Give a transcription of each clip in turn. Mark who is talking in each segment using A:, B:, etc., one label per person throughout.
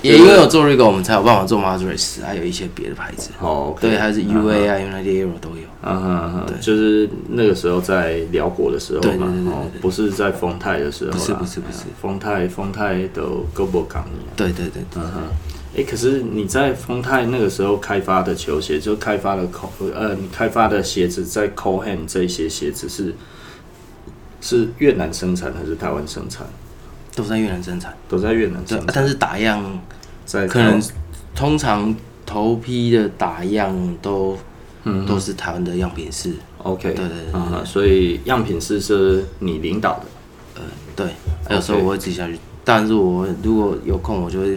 A: 也因为有做 Rigo，我们才有办法做 Maserati，还有一些别的牌子。
B: 哦，OK，
A: 对，还是
B: 嗯
A: UA 啊、United Aero 都有。
B: 嗯哼哼，
A: 对
B: 就是那个时候在辽国的时候嘛，
A: 对对对对
B: 哦
A: 对
B: 不是在丰泰的时候啦，
A: 不是不是不是
B: 嗯丰泰丰泰的胳膊港你啊，
A: 对对对对，
B: 嗯哼，哎，可是你在丰泰那个时候开发的球鞋，就开发的口呃，你开发的鞋子在 Cohen 这些鞋子是是越南生产还是台湾生产？
A: 都在越南生产。
B: 都在越南
A: 对，
B: 生
A: 啊
B: 产，嗯
A: 但是打样
B: 在
A: 可能通常头批的打样都
B: 嗯
A: 都是台湾的样品室。
B: OK，
A: 对对对对
B: 嗯哼所以样品室是你领导的，
A: 呃，对，有时候我会自己下去，但是我如果有空，我就会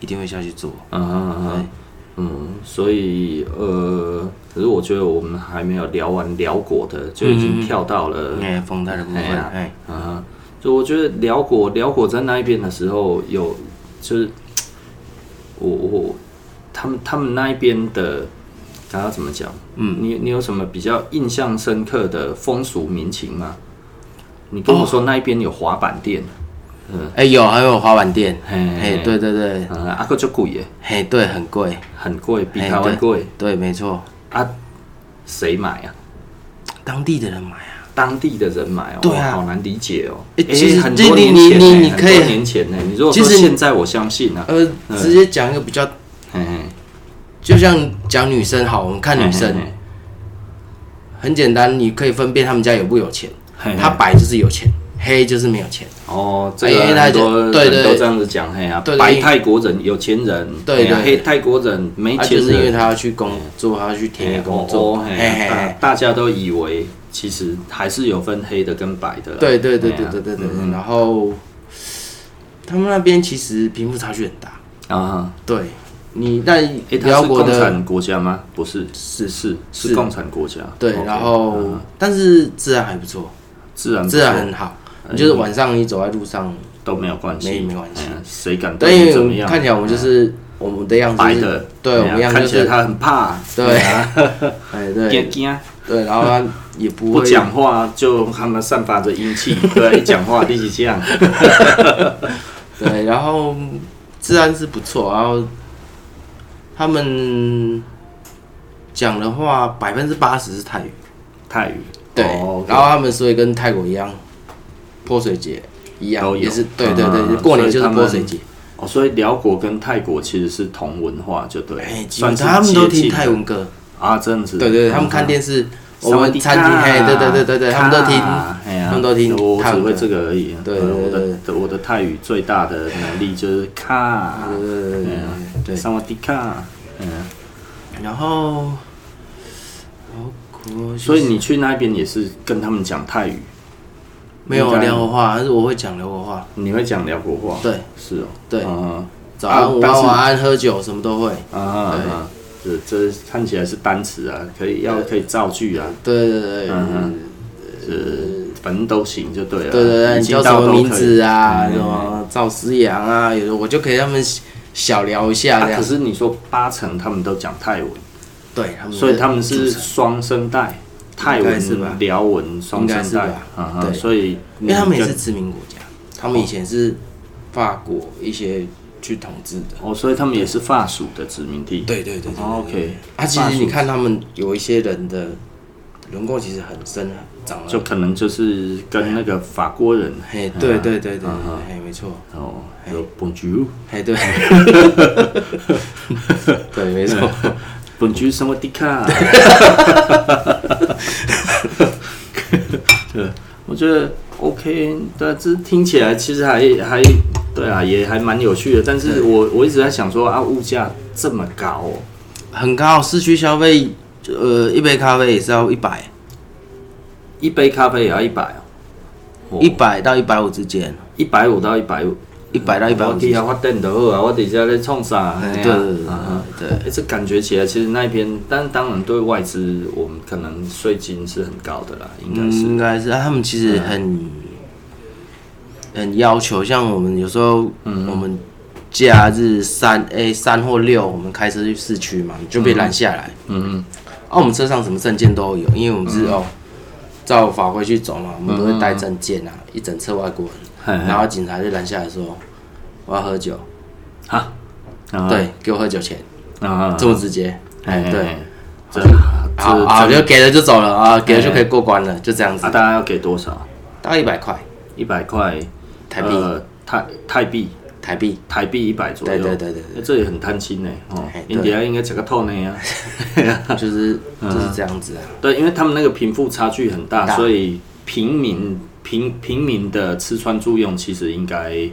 A: 一定会下去做。
B: 嗯哼嗯哼。嗯，所以呃，可是我觉得我们还没有聊完辽国的，就已经跳到了，
A: 对，哎，风带的部分，
B: 哎呀
A: 哎，
B: 嗯哼，就我觉得辽国辽国在那一边的时候有，就是我我他们他们那一边的，刚刚怎么讲？嗯，你你有什么比较印象深刻的风俗民情吗？你跟我说那一边有滑板店，嗯
A: 哎有，还有滑板店，
B: 嘿
A: 哎，对对对，
B: 嗯，阿哥就贵耶，
A: 嘿，对，很贵，
B: 很贵，比
A: 哎
B: 台湾
A: 对
B: 贵
A: 对，没错，
B: 啊，谁买啊？
A: 当地的人买啊，
B: 当地的人买哦，
A: 对啊
B: 好难理解哦。
A: 诶其实
B: 很
A: 这
B: 多
A: 你
B: 年前
A: 你
B: 呢，
A: 你你
B: 很
A: 可以
B: 多年前呢。你如果
A: 其
B: 说
A: 实
B: 现在，我相信啊，
A: 呃，直接讲一个比较，
B: 嘿嘿
A: 就像讲女生好，我们看女生
B: 嘿嘿
A: 很简单，你可以分辨他们家有不有钱，
B: 嘿嘿
A: 她白就是有钱，黑就是没有钱，
B: 哦，这
A: 因为
B: 个
A: 他
B: 很多
A: 哎就对对
B: 人都这样子讲，嘿啊
A: 对，对
B: 白泰国人有钱人，
A: 对
B: 嘿啊
A: 对
B: 黑泰国人没
A: 啊，
B: 钱
A: 就是因为
B: 人，
A: 他要去工作，他要去田
B: 嘿
A: 野工
B: 嗯哦
A: 作，
B: 哦
A: 嘿
B: 嘿
A: 嘿
B: 啊大
A: 嘿。
B: 大家都以为其实还是有分黑的跟白的啦，
A: 对对对
B: 嘿
A: 对
B: 啊
A: 对对对。对然
B: 嗯
A: 后他们那边其实贫富差距很大。
B: 啊，
A: 对，你在
B: 哎，它
A: 辽
B: 是
A: 国
B: 共
A: 的
B: 产国家吗？不是，是是是
A: 是
B: 共产国家，
A: 对，
B: OK，
A: 然后
B: 嗯
A: 但是治安还不错，
B: 自然不
A: 治安
B: 错嗯
A: 很好。你就是晚上你走在路上，
B: 都没有关系，
A: 没没关系
B: 嗯，谁敢
A: 对，
B: 对
A: 因
B: 你
A: 为
B: 怎
A: 我
B: 么
A: 们
B: 样？嗯
A: 看起来我们就是我们的样子
B: 白
A: 是
B: 的，
A: 对，我们
B: 哎
A: 的
B: 呀
A: 样子
B: 看
A: 就
B: 起来
A: 是
B: 他很怕，
A: 对
B: 啊，
A: 哎
B: 惊
A: 对
B: 惊，
A: 对，然后他也不
B: 不
A: 会
B: 讲话就他们散发着 阴气，对，一讲话立即这样，
A: 对，然后治安是不错，然后他们讲的话百分之八十是泰语。
B: 泰语，
A: 对，
B: 哦
A: 然后他们所以跟泰国一样，泼水节一
B: 都
A: 样，
B: 有
A: 也是对对
B: 嗯
A: 对，过年就是泼水
B: 所
A: 节，
B: 哦，所以辽国跟泰国其实是同文化，就对
A: 哎，，基
B: 算
A: 本
B: 是
A: 上他们都
B: 接
A: 听
B: 近
A: 泰文歌，
B: 啊，这样子，
A: 对对对，他们看电视，
B: 哦
A: 我们餐厅，嘿，对对对对对，他们都听，
B: 他
A: 他们都听
B: 啊哎我
A: 泰
B: 只
A: 文
B: 会
A: 歌
B: 这个而已。
A: 对
B: 呃我
A: 对
B: 的我的泰语最大的能力就是卡，
A: 对对对对对对，
B: 萨瓦迪卡。嗯，
A: 然后，辽国就是
B: 所以你去那边也是跟他们讲泰语，
A: 没有
B: 应该
A: 辽国话，但是我会讲辽国话，
B: 你会讲辽国话？
A: 对，
B: 是哦，
A: 对
B: 嗯
A: 早安、午
B: 但是
A: 安、晚安、喝酒什么都会，
B: 啊啊，这这看起来是单词啊，可以要可以造句啊，
A: 对对对对对
B: 嗯嗯呃，反正都行就对了。
A: 对对对，
B: 已
A: 你
B: 经
A: 叫什
B: 到
A: 么
B: 都可以
A: 名字啊？
B: 嗯
A: 什么赵思阳啊？有时候我就可以跟他们小聊一下这
B: 啊，
A: 样
B: 可。是你说八成他们都讲泰文，
A: 对，他们
B: 所以他们是双声带，
A: 嗯
B: 泰
A: 应该是吧
B: 文、辽文双
A: 应该
B: 声
A: 是吧
B: 带，啊
A: 对
B: 所以
A: 因为他们也
B: 你
A: 是
B: 跟
A: 殖民国家，他们以前是法国一些去统治的。
B: 哦，所以他们也是法属的殖民地。
A: 对对对对
B: 哦
A: 对
B: ，OK，
A: 啊，其实你看他们有一些人的轮廓其实很深，长
B: 就
A: 得
B: 可能就是跟那个法国人
A: 嘿，对对对对对
B: 嗯嗯，
A: 嘿，没 错，
B: 哦，有 Bonjour。
A: 嘿， 对，对，没错，
B: 本局生活迪卡。对，我觉得 OK，但这听起来其实还还对啊，也还蛮有趣的。但是我我一直在想说啊，物价这么高、哦，
A: 很高，市区消费，呃，一杯咖啡也是要一百，
B: 一杯咖啡也要一百哦，
A: 一百到一百五之间，
B: 一百五到一百五。
A: 一百到一百
B: 我
A: 五之
B: 去
A: 间。
B: 啊，我等就好啊，我底下在创啥？
A: 哎
B: 嘿啊
A: 对对对对
B: 啊
A: 对
B: 哎这感觉起来，其实那边，但当然对外资，我们可能税金是很高的啦，应该
A: 嗯
B: 是。
A: 应该是、啊、他们其
B: 嗯
A: 实很、很要求，像我们有时候、
B: 嗯
A: 我们假日三 A 三或六，我们开车去市区嘛，你就被拦下来。
B: 嗯嗯。
A: 啊，我们车上什么证件都有，因为我们是、哦照法规去走嘛，我们都会带证件
B: 嗯
A: 啊，一整车外国人，
B: 嘿嘿
A: 然后警察就拦下来说我要喝酒，
B: 哈，啊
A: 嗯对，给我喝酒钱，
B: 啊，
A: 这么直接，哎，对，
B: 哎，这这
A: 好
B: 这
A: 啊，就给了就走了啊，给了就可以过关了，就这样子
B: 啊，大，家要给多少？
A: 大概一百块
B: 一百块
A: 台币，
B: 呃泰泰币，
A: 台币，
B: 台币一百左右。
A: 对对对对
B: 欸这也很贪心呢，哦
A: 哎，对
B: 印第安应该吃个透呢呀。
A: 对，就是就是这样子啊，
B: 对，因为他们那个贫富差距很大，
A: 大
B: 所以平民平平民的吃穿住用其实应该，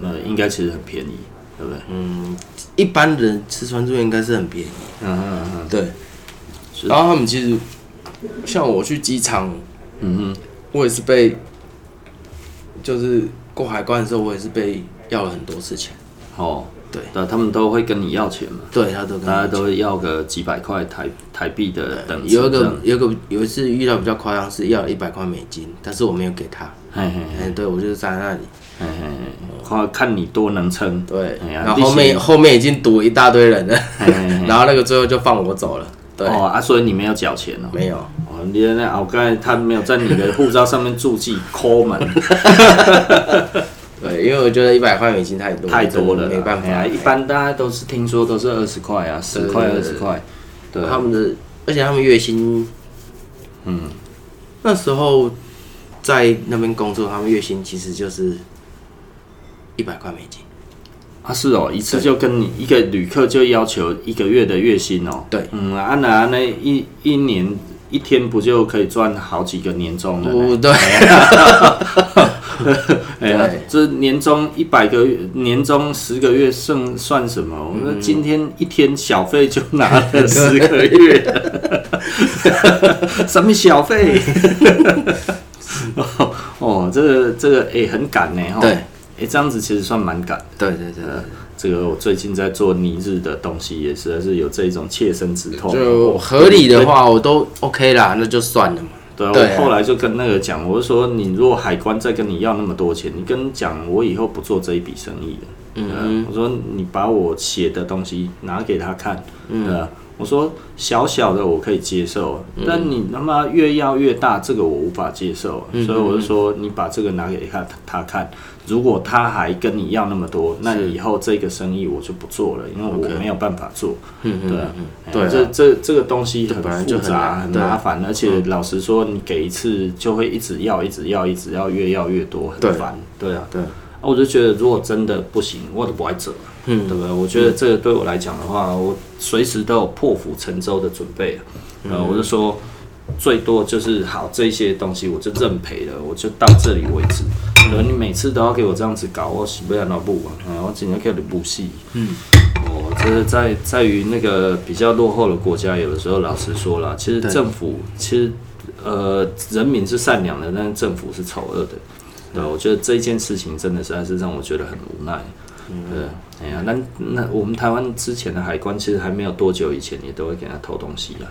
B: 呃，应该其实很便宜，对不对？
A: 嗯，一般人吃穿住应该是很便宜，
B: 嗯嗯嗯
A: 对，然后他们其实像我去机场，
B: 嗯
A: 我也是被，就是过海关的时候，我也是被要了很多次钱，
B: 嗯，哦，
A: 对
B: 那他们都会跟你要钱嘛，
A: 对他都跟我
B: 大家都要个几百块台台币的等值
A: 有一
B: 这
A: 个
B: 样，
A: 有一个有一次遇到比较夸张，是要一百块美金，但是我没有给他。
B: 嘿嘿
A: 嗯、对，我就是站在那里，
B: 嘿嘿嘿，看嗯哦看你多能撑，
A: 对，
B: 哎呀
A: 然后
B: 利息
A: 后面后面已经堵一大堆人了，
B: 嘿嘿嘿
A: 然后那个最后就放我走了，对，
B: 哦啊，所以你没有缴钱哦。
A: 没有，
B: 哦，你的那后盖他没有在你的护照上面注记抠 门，
A: 对，因为我觉得一百块美金太多，
B: 太多了啦，
A: 真的没办
B: 哎呀
A: 法，
B: 一般大家都是听说都是二十块啊，十块
A: 对
B: 二
A: 对
B: 十
A: 对
B: 块，对，
A: 他们的，而且他们月薪，
B: 嗯，
A: 那时候在那边工作，他们月薪其实就是一百块美金，
B: 啊是哦，一次就跟你一个旅客就要求一个月的月薪哦，
A: 对
B: 嗯，啊那那一一年一天不就可以赚好几个年终了呢？
A: 哦，对，
B: 哎呀
A: 对，
B: 这年终一百个月，年终十个月剩算什么？
A: 嗯
B: 我说今天一天小费就拿了十个月， 什么小费？哦哦，这个这个哎、很赶呢哈。
A: 对
B: 哎、这样子其实算蛮赶。
A: 对对对
B: 呃，这个我最近在做尼日的东西，也实在是有这种切身之痛。
A: 就合理的话，我都 OK 啦，那就算了嘛。
B: 对啊，
A: 对
B: 我
A: 啊
B: 后来就跟那个讲，我就说你如果海关再跟你要那么多钱，你跟讲我以后不做这一笔生意了。嗯，我说你把我写的东西拿给他看，嗯，我说小小的我可以接受，啊但你他妈越要越大，这个我无法接受，啊所以我就说你把这个拿给他他看，如果他还跟你要那么多，那以后这个生意我就不做了，因为我没有办法做，
A: 嗯
B: 对啊，
A: 对啊
B: 这这这个东西很
A: 这本来
B: 复
A: 就很
B: 杂，
A: 难
B: 很
A: 对啊
B: 麻烦，而且老实说，你给一次就会一直要，一直要，一直要，越要越多，很
A: 对
B: 烦。对啊，
A: 对，
B: 啊我就觉得如果真的不行，我都不爱折，
A: 嗯
B: 对不对？我觉得这个对我来讲的话，我随时都有破釜沉舟的准备啊。呃，我就说最多就是好这些东西我就认赔了，我就到这里为止。可你每次都要给我这样子搞，我洗不了脑部啊，哎我只能给你补戏。嗯，哦，这是在在于那个比较落后的国家，有的时候老实说啦，其实政府其实呃人民是善良的，但是政府是丑恶的。对，我觉得这件事情真的实在是让我觉得很无奈。对，哎呀，那那我们台湾之前的海关其实还没有多久以前，也都会给他偷东西啊。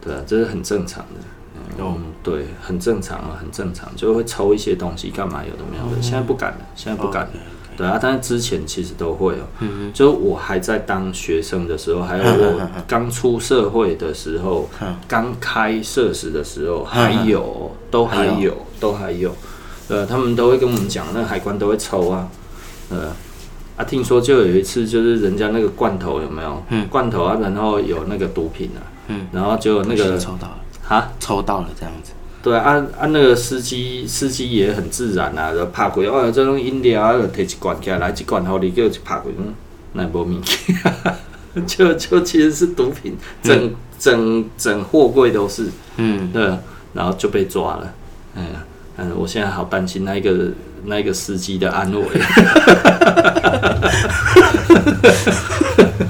B: 对啊，这是很正常的。
A: 哦
B: 嗯，对，很正常啊，很正常，就会抽一些东西干嘛有的没有的。现在不敢了，现在不敢了。对啊，但是之前其实都会哦、就我还在当学生的时候，还有 我刚出社会的时候，刚开设施的时候，还有哦都还
A: 还
B: 有都还有，呃，他们都会跟我们讲，那海关都会抽啊，呃，啊，听说就有一次，就是人家那个罐头有没有？罐头啊，然后有那个毒品啊，然后就那个
A: 抽到了，
B: 啊，
A: 抽到了这样子，
B: 对啊啊，那个司机司机也很自然啊，就拍开，哦，这种饮料啊，就摕一罐起来，来一罐好你叫一拍开，嗯，那无物件， 就就其实是毒品，整、整整货柜都是，
A: 嗯，
B: 对，啊然后就被抓了，哎呀，嗯，我现在好担心那个那个司机的安危。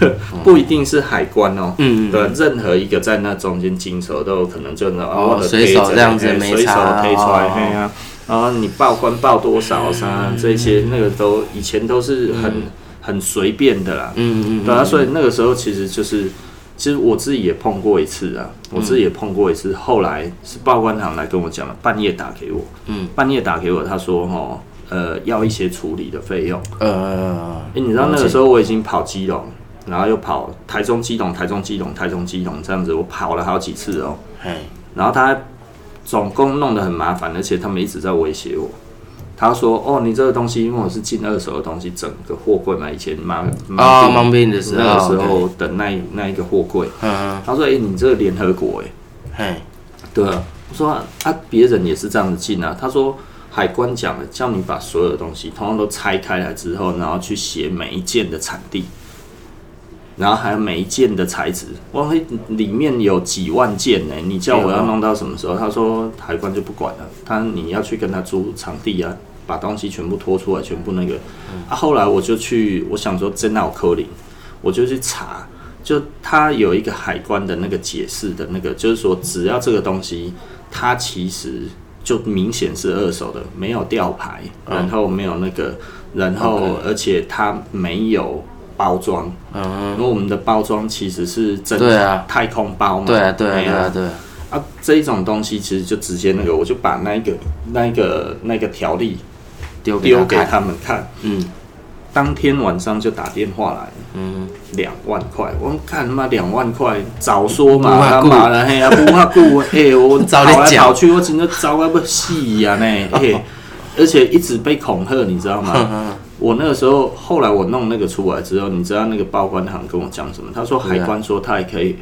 B: 对不一定是海关哦，
A: 嗯
B: 对，任何一个在那中间经手都有可能就那
A: 哦
B: 我的
A: 随
B: 推
A: 手
B: 着
A: 这样子
B: 哎
A: 没
B: 随手
A: 差
B: 推出来，
A: 哦
B: 嘿啊，然后你报关报多少啥这些那个都以前都是很很随便的啦，
A: 嗯嗯，
B: 对啊，所以那个时候其实就是，其实我自己也碰过一次啊，我自己也碰过一次。后来是报关行来跟我讲了，半夜打给我，
A: 嗯，
B: 半夜打给我，他说哈，呃，要一些处理的费用。
A: 呃
B: 哎、，你知道那个时候我已经跑基隆，然后又跑台中、基隆、台中、基隆、台中、基隆这样子，我跑了好几次哦。
A: 嘿，
B: 然后他总共弄得很麻烦，而且他们一直在威胁我。他说：“哦，你这个东西，因为我是进二手的东西，整个货柜嘛，以前盲
A: 啊，盲病的时候，
B: 那个时候的那一那一个货柜，
A: 嗯，
B: 他说：‘哎、你这个联合国、哎，
A: 嘿，
B: 对啊。’我说：‘啊，别人也是这样子进啊。’他说：‘海关讲的，叫你把所有的东西通通都拆开来之后，然后去写每一件的产地，然后还有每一件的材质。’我说：‘里面有几万件呢、你叫我要弄到什么时候？’他说：‘海关就不管了，他你要去跟他租场地啊。’把东西全部拖出来，全部那个。啊，后来我就去，我想说真脑科林，我就去查，就它有一个海关的那个解释的那个，就是说只要这个东西它其实就明显是二手的，没有吊牌，然后没有那个，然后
A: 哦 OK
B: 而且它没有包装，
A: 嗯，
B: 因为我们的包装其实是真
A: 对啊
B: 太空包嘛，
A: 对啊，对啊，
B: 哎
A: 对
B: 呀
A: 啊，对啊，
B: 啊，这一种东西其实就直接那个，我就把那一个那一个那个条例
A: 丢给
B: 丢
A: 他
B: 给
A: 看，
B: 他们看，
A: 嗯
B: 当天晚上就打电话来，
A: 嗯，
B: 两万块，我看他妈两万块，早说嘛，他
A: 不怕
B: 妈的嘿啊，不 怕顾，嘿，我
A: 早
B: 跑
A: 点
B: 来
A: 讲
B: 跑去，我真的糟啊不细呀呢， 嘿，而且一直被恐吓，你知
A: 呵
B: 道吗？
A: 呵
B: 我那个时候，后来我弄那个出来之后，你知道那个报关行跟我讲什么？他说海关说他也可以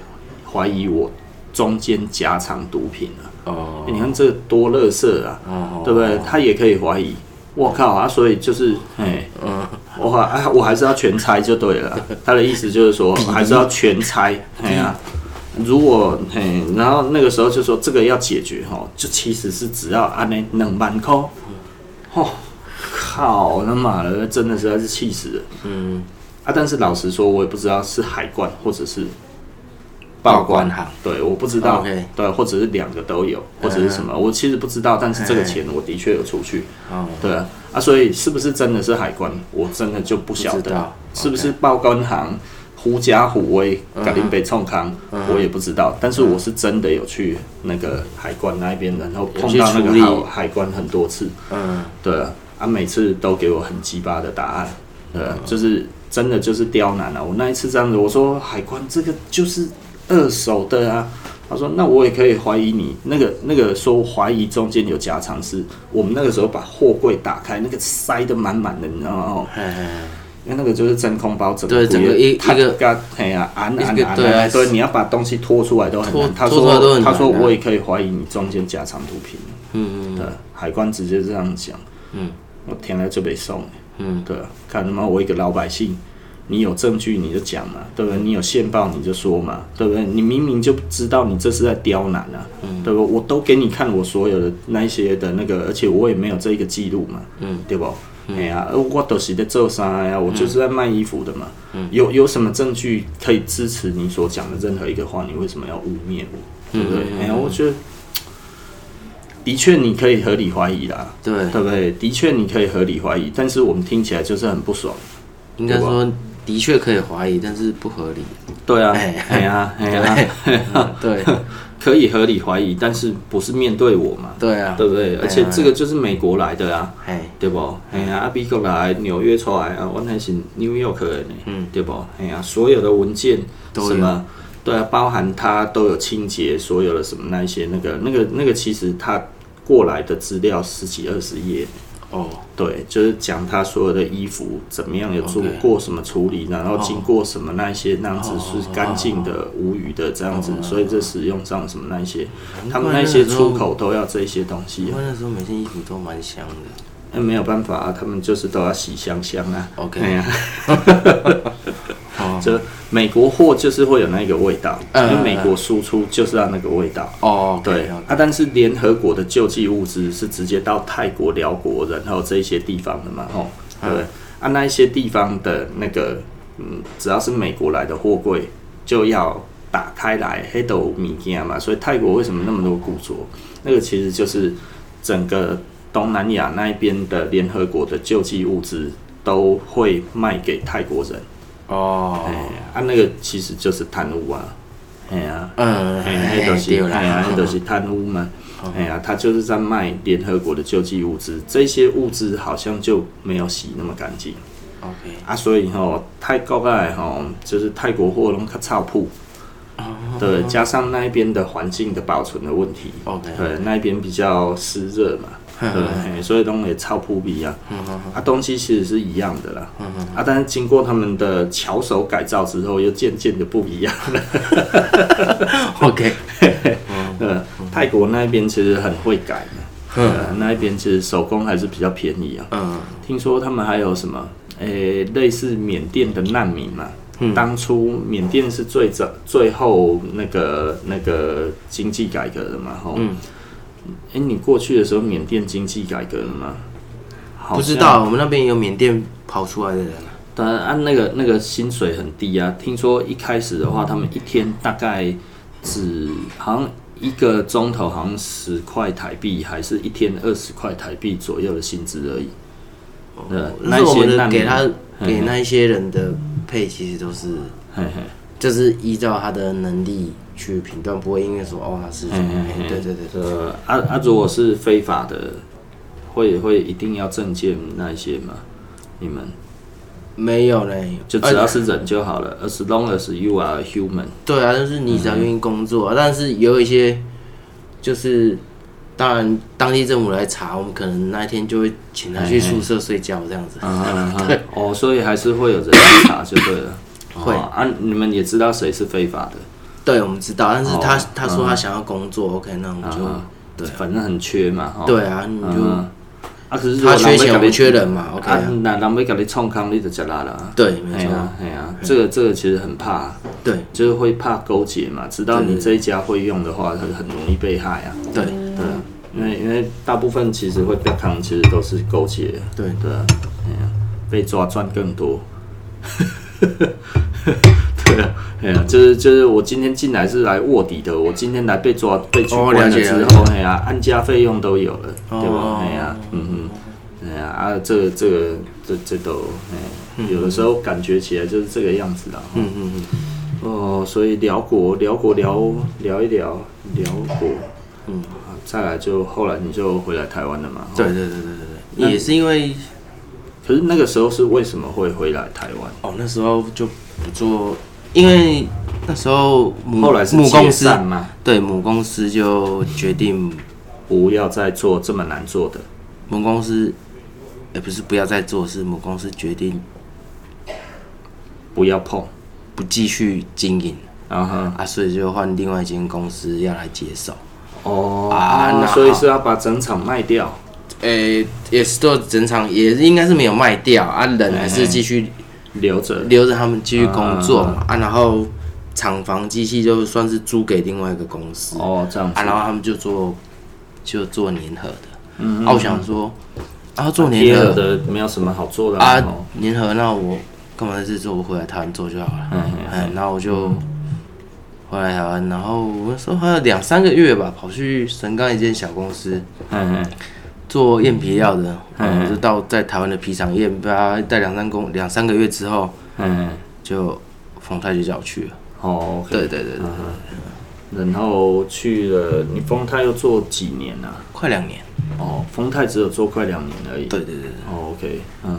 B: 怀疑我中间夹藏毒品啊，
A: 哦
B: 欸你看这多乐色啊，
A: 哦，
B: 对不对？他也可以怀疑，我靠啊，所以就是哎。
A: 嗯，
B: 我还 啊，我还是要全拆就对 了啦。他的意思就是说，
A: 嗯
B: 还是要全拆。哎呀、如果嘿，然后那个时候就说这个要解决哈，吼就其实是只要按那两万块。
A: 嗯
B: 哦，靠，他妈的，真的实在是气死人。
A: 嗯，
B: 啊，但是老实说，我也不知道是海关或者是
A: 报关行，
B: 对，我不知道
A: 哦 OK 嗯
B: 对，或者是两个都有，或者是什么，我其实不知道。但是这个钱我的确有出去。
A: 哦，
B: 对啊，啊，所以是不是真的是海关，我真的就不晓
A: 哦不知
B: 得
A: 道，
B: 是不是报关行狐假虎威，
A: 嗯
B: 格林北冲康，我也不知道。但是我是真的有去那个海关那边，然后碰到那
A: 有去处
B: 个
A: 理
B: 海海关很多次，
A: 嗯，
B: 对啊，啊，每次都给我很鸡巴的答案，对啊，就是真的就是刁难啊。我那一次这样子，我说海关这个就是二手的啊。他说：“那我也可以怀疑你那个那个说怀疑中间有夹藏是，我们那个时候把货柜打开，那个塞得满满的，你知道吗？哦
A: 嘿嘿嘿
B: 因为那个就是真空包，整
A: 对整个一
B: 它
A: 一个
B: 嘎，哎呀，按按
A: 一个
B: 按，
A: 对啊
B: 按对，你要把东西拖出来都很
A: 拖
B: 难。他
A: 拖出来都
B: 说
A: 很
B: 他
A: 难
B: 说
A: 啊
B: 我也可以怀疑你中间夹藏毒品，
A: 嗯
B: 对，海关直接这样讲，
A: 嗯，
B: 我天来就被送了。
A: 嗯
B: 对啊，看他妈我一个老百姓，你有证据你就讲嘛，对不对？你有线报你就说嘛，对不对？你明明就知道你这是在刁难啊，对不对？我都给你看我所有的那一些的那个，而且我也没有这一个记录嘛，嗯，对不？哎呀、呃我都是在做啥呀？我就是在卖衣服的嘛。有有什么证据可以支持你所讲的任何一个话？你为什么要污蔑我？对不对？哎呀、我觉得的确你可以合理怀疑啦，
A: 对，
B: 对不对？的确，你可以合理怀疑，但是我们听起来就是很不爽。
A: 应该说的确可以怀疑，但是不合理，
B: 对啊，
A: 哎
B: 哎呀，哎
A: 对
B: 呀，
A: 嗯对，
B: 可以合理怀疑，但是不是面对我嘛？
A: 对啊，
B: 对不对？而且这个就是美国来的啊，
A: 嘿，
B: 对不？哎呀，阿比过来纽约出来啊，我那是 New York 的呢，
A: 嗯
B: 对不？哎呀，所有的文件
A: 都有
B: 什么，对啊，包含它都有清洁，所有的什么那一些那个那个那个，其实它过来的资料十几二十页，
A: 哦，
B: 对，就是讲他所有的衣服怎么样有做
A: OK
B: 过什么处理然后经过什么那一些那样子是干净的、无语的这样子，
A: 哦
B: 所以这使用上什么那一些，他们那些出口都要这些东西
A: 因
B: 啊、
A: 为那时候每件衣服都蛮香的，
B: 那没有办法啊，他们就是都要洗香香啊。
A: OK
B: 哎呀、
A: 哦
B: 就美国货就是会有那个味道，
A: 嗯
B: 因为美国输出就是要那个味道。
A: 哦，
B: 对
A: 啊
B: 啊，，但是联合国的救济物资是直接到泰国、辽国，然后这一些地方的嘛，吼，对不对？啊，那一些地方的那个，嗯，只要是美国来的货柜，就要打开来黑豆米件嘛，所以泰国为什么那么多固着？那个其实就是整个东南亚那一边的联合国的救济物资都会卖给泰国人，哎、
A: 哦，
B: 啊，那个其实就是贪污啊，哎呀、
A: 嗯，
B: 哎，那就是
A: 对
B: 哎呀，那就
A: 啦，哦
B: 是贪污嘛。哎呀，他就是在卖联合国的救济物资，这些物资好像就没有洗那么干净
A: OK，
B: 啊，所以吼、泰国来吼、就是泰国货拢较臭铺，
A: 哦
B: 对，加上那一边的环境的保存的问题
A: OK 嗯
B: 对，那一边比较湿热嘛，对，所以东西超扑鼻啊，啊，东西其实是一样的
A: 嗯
B: 啦，啊，但是经过他们的巧手改造之后，又渐渐的不一样了。
A: OK，
B: 呃，泰国那边其实很会改的，呃那一边其实手工还是比较便宜啊。
A: 嗯
B: 听说他们还有什么，诶、类似缅甸的难民嘛。
A: 嗯
B: 当初缅甸是最早最后那个那个经济改革的嘛，吼。嗯。哎、你过去的时候，缅甸经济改革了吗？好
A: 不知
B: 像
A: 道我们那边有缅甸跑出来的人啊，
B: 当然，按、那个那个薪水很低啊。听说一开始的话，他们一天大概只好像一个钟头好像十块台币，还是一天二十块台币左右的薪资而已。呃，
A: 哦那是我
B: 些
A: 们的
B: 难民
A: 给他
B: 嗯
A: 给那一些人的配其实都是
B: 嘿嘿，
A: 就是依照他的能力去评断，不会因为说哦他是怎么样
B: 嘿嘿，嘿
A: 对对对对，
B: 呃，啊啊，如果是非法的，会会一定要证件那一些吗？你们
A: 没有嘞，
B: 就
A: 而
B: 只要是人就好了、a s long as you are human。
A: 对啊，就是你只要愿意工作、啊，但是有一些就是，当然当地政府来查，我们可能那一天就会请他去宿舍睡觉这样子。
B: 啊，哦，所以还是会有人去查就对 了。
A: 会
B: 哦啊，你们也知道谁是非法的，
A: 对，我们知道，但是他、
B: 哦
A: 他说他想要工作、o k 那我们就、
B: 啊，对，反正很缺嘛，哈、
A: 对啊，你就、
B: 嗯啊，可是如果
A: 他缺钱，我
B: 人要给
A: 们
B: 你
A: 缺人嘛，OK
B: 啊
A: 啊，，
B: 那人要给你创康，你就吃力啦。
A: 对，没错，
B: 啊，哎啊，这个这个其实很怕，
A: 对
B: 就是会怕勾结嘛，直到你这一家会用的话，它很容易被害啊。
A: 对
B: 对啊，因为因为大部分其实会被康，其实都是勾结。
A: 对
B: 对啊，哎呀、被抓赚更多。 对啊，哎呀、就是就是我今天进来是来卧底的，我今天来被抓被取
A: 哦
B: 关
A: 了
B: 了
A: 解
B: 之
A: 了
B: 后，哎呀、安家费用都有了，
A: 哦
B: 对吧？哎呀、嗯哼，哎呀、啊，这个这个这这都，哎，有的时候感觉起来就是这个样子啦。
A: 嗯嗯嗯，
B: 哦，所以辽国辽国聊聊一聊辽国，嗯，再来就后来你就回来台湾了嘛。哦
A: 对对对对对对，也是因为
B: 可是那个时候是为什么会回来台湾？
A: 哦那时候就不做，因为那时候母
B: 后来是
A: 母公
B: 解
A: 司
B: 散嘛，
A: 对母公司就决定
B: 不要再做这么难做的。
A: 母公司，也、不是不要再做，是母公司决定
B: 不要碰。
A: 不继续经营
B: 然后
A: 啊，所以就换另外一间公司要来接手。
B: 哦
A: 啊那好
B: 所以是要把整场卖掉。
A: 诶、呃也是做整场，也应该是没有卖掉啊，人还是继续
B: 留着，
A: 留着他们继续工作嘛啊，然后厂房机器就算是租给另外一个公司
B: 哦，这样子
A: 啊，然后他们就做就做粘合的，啊，我想说啊做粘
B: 贴
A: 合
B: 了的没有什么好做的
A: 啊
B: 哦，
A: 联合那我干嘛在这做？我回来台湾做就好了。
B: 嗯
A: 嗯
B: 嗯，
A: 哎然后我就回来台湾，然后我那时候还有两三个月吧，跑去神冈一间小公司
B: 嗯嗯
A: 做燕皮料的，
B: 嗯
A: 嗯，就到在台湾的皮厂验，吧，待两三公两三个月之后，
B: 嗯，
A: 就冯太就叫我去了。
B: 哦，OK，
A: 对对对对，
B: 然后去了，你丰泰又做几年啊？
A: 快两年。
B: 哦，丰泰只有做快两年而已。
A: 对对对对
B: 哦，OK，嗯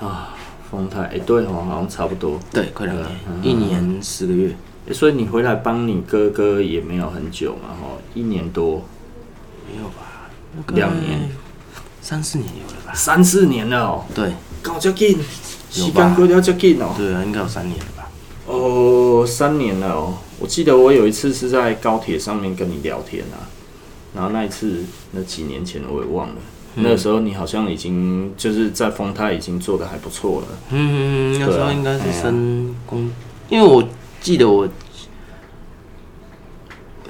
B: 哼，啊，丰泰，哎，对哦，好像差不多。
A: 对，快两年，一年十个月。
B: 诶所以你回来帮你哥哥也没有很久嘛，哦，一年多，
A: 没有吧？
B: 两年，
A: 三四年有了吧？
B: 三四年了哦，
A: 对
B: 搞这紧，
A: 有
B: 时
A: 吧
B: 间过了这紧哦。
A: 对啊，应该有三年了吧？
B: 哦，三年了哦，我记得我有一次是在高铁上面跟你聊天啊，然后那一次那几年前我也忘了，那时候你好像已经就是在丰泰已经做的还不错了。
A: 嗯，那时
B: 对啊
A: 候应该
B: 哎
A: 是
B: 呀
A: 升工，因为我记得我，呃，